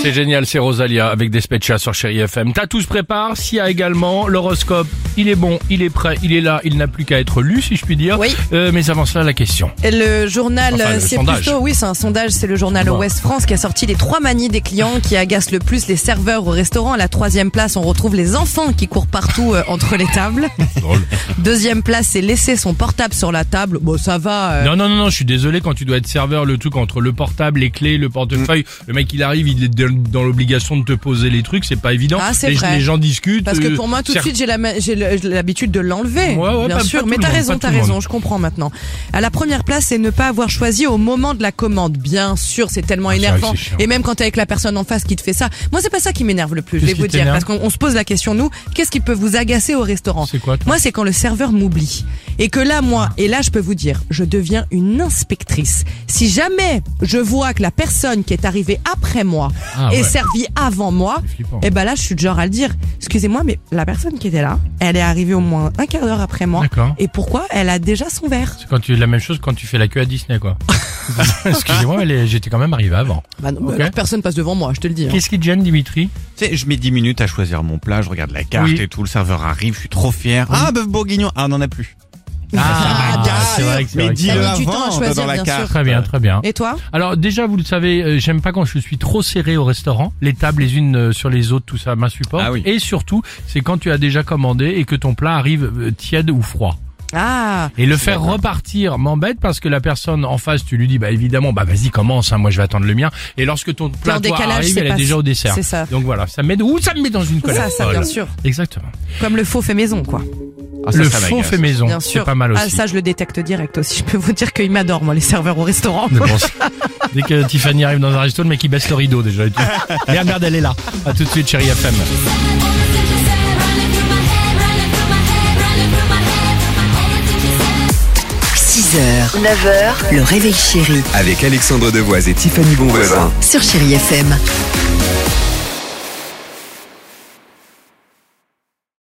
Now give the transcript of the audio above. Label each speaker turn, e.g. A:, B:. A: C'est génial, c'est Rosalia avec Despecha sur Chéri FM. T'as tous prépare, s'il y a également l'horoscope. Il est bon, il est prêt, il est là, il n'a plus qu'à être lu si je puis dire.
B: Oui.
A: Euh, mais avant cela, la question.
B: Et Le journal,
A: Enfin, le
B: c'est
A: sondage.
B: plutôt, oui, c'est un sondage, c'est le journal
A: Bon.
B: Ouest France qui a sorti les trois manies des clients qui agacent le plus les serveurs au restaurant. À la troisième place, on retrouve les enfants qui courent partout euh, entre les tables.
A: Drôle.
B: Deuxième place, c'est laisser son portable sur la table. Bon, ça va. euh,
A: Non, non, non, non, je suis désolé quand tu dois être serveur, le truc entre le portable, les clés, le portefeuille.
B: Mm.
A: Le mec, il arrive, il est dans- dans l'obligation de te poser les trucs, c'est pas évident.
B: Ah, c'est
A: les,
B: vrai.
A: les gens discutent.
B: Parce que
A: euh,
B: pour moi, tout de
A: cer-
B: suite, j'ai la ma- j'ai le- j'ai l'habitude de l'enlever.
A: Ouais, ouais,
B: bien
A: pas-
B: sûr,
A: pas tout
B: mais
A: le
B: t'as
A: monde,
B: raison,
A: pas tout
B: t'as
A: le
B: raison,
A: monde.
B: je comprends maintenant. À la première place, c'est ne pas avoir choisi au moment de la commande. Bien sûr, c'est tellement
A: Ah, c'est vrai
B: énervant.
A: que c'est chiant.
B: Et même quand t'es avec la personne en face qui te fait ça, moi, c'est pas ça qui m'énerve le plus. Je
A: Qu'est-ce
B: vais vous
A: qui
B: dire,
A: t'énerve
B: parce qu'on on se pose la question nous, qu'est-ce qui peut vous agacer au restaurant
A: C'est quoi, toi
B: Moi, c'est quand le serveur m'oublie et que là, moi, et là, je peux vous dire, je deviens une inspectrice. Si jamais je vois que la personne qui est arrivée après moi
A: Ah,
B: est
A: ouais.
B: servie avant moi,
A: C'est flippant.
B: et ben là, je suis du genre à le dire. Excusez-moi, mais la personne qui était là, elle est arrivée au moins un quart d'heure après moi.
A: D'accord.
B: Et pourquoi Elle a déjà son verre.
A: C'est quand tu la même chose quand tu fais la queue à Disney, quoi. Excusez-moi, mais les- j'étais quand même arrivé avant.
B: Bah non,
A: Ok.
B: bah, l'autre personne passe devant moi, je te le dis. hein.
A: Qu'est-ce qui te gêne, Dimitri
C: Tu sais, je mets 10 minutes à choisir mon plat, je regarde la carte
A: Oui.
C: et tout, le serveur arrive, je suis trop fier. Ah, bœuf bourguignon Ah, on n'en a plus.
A: Ah,
C: bien
A: c'est vrai que c'est vrai
C: Mais
A: que c'est
C: dis-le
A: vrai.
B: du temps à
C: avant,
B: choisir,
C: dans la
B: bien
C: carte.
B: sûr.
A: Très bien, très bien.
B: Et toi
A: Alors déjà, vous le savez, euh, j'aime pas quand je suis trop serré au restaurant. Les tables les unes euh, sur les autres, tout ça m'insupporte.
C: Ah oui.
A: Et surtout, c'est quand tu as déjà commandé et que ton plat arrive euh, tiède ou froid.
B: Ah
A: Et le faire repartir m'embête parce que la personne en face, tu lui dis, bah évidemment, bah vas-y, commence, hein, moi je vais attendre le mien. Et lorsque ton plat
B: en
A: toi,
B: décalage,
A: arrive,
B: c'est
A: elle est
B: pas-
A: déjà au dessert.
B: c'est ça.
A: Donc voilà, ça me met, ouh, ça me met dans une colère.
B: ça, ça, bien
A: folle.
B: sûr.
A: Exactement.
B: Comme le faux fait maison, quoi.
C: Ah, ça,
A: le
C: ça
A: fond
C: m'agace.
A: fait maison,
B: Bien sûr.
A: c'est pas mal aussi.
B: Ah, ça, je le détecte direct aussi. Je peux vous dire qu'ils m'adorent, moi, les serveurs au restaurant.
A: Mais bon, c'est- dès que Tiffany arrive dans un resto, le mec il baisse le rideau déjà. et tout. Merde, merde, elle est là. À tout de suite, chérie FM.
D: Running through my head, running through my head, running through my head. All the things you said.
E: 6h, 9h, le réveil chéri
F: Avec Alexandre Devoise et Tiffany Bonvoisin.
E: sur Chéri FM.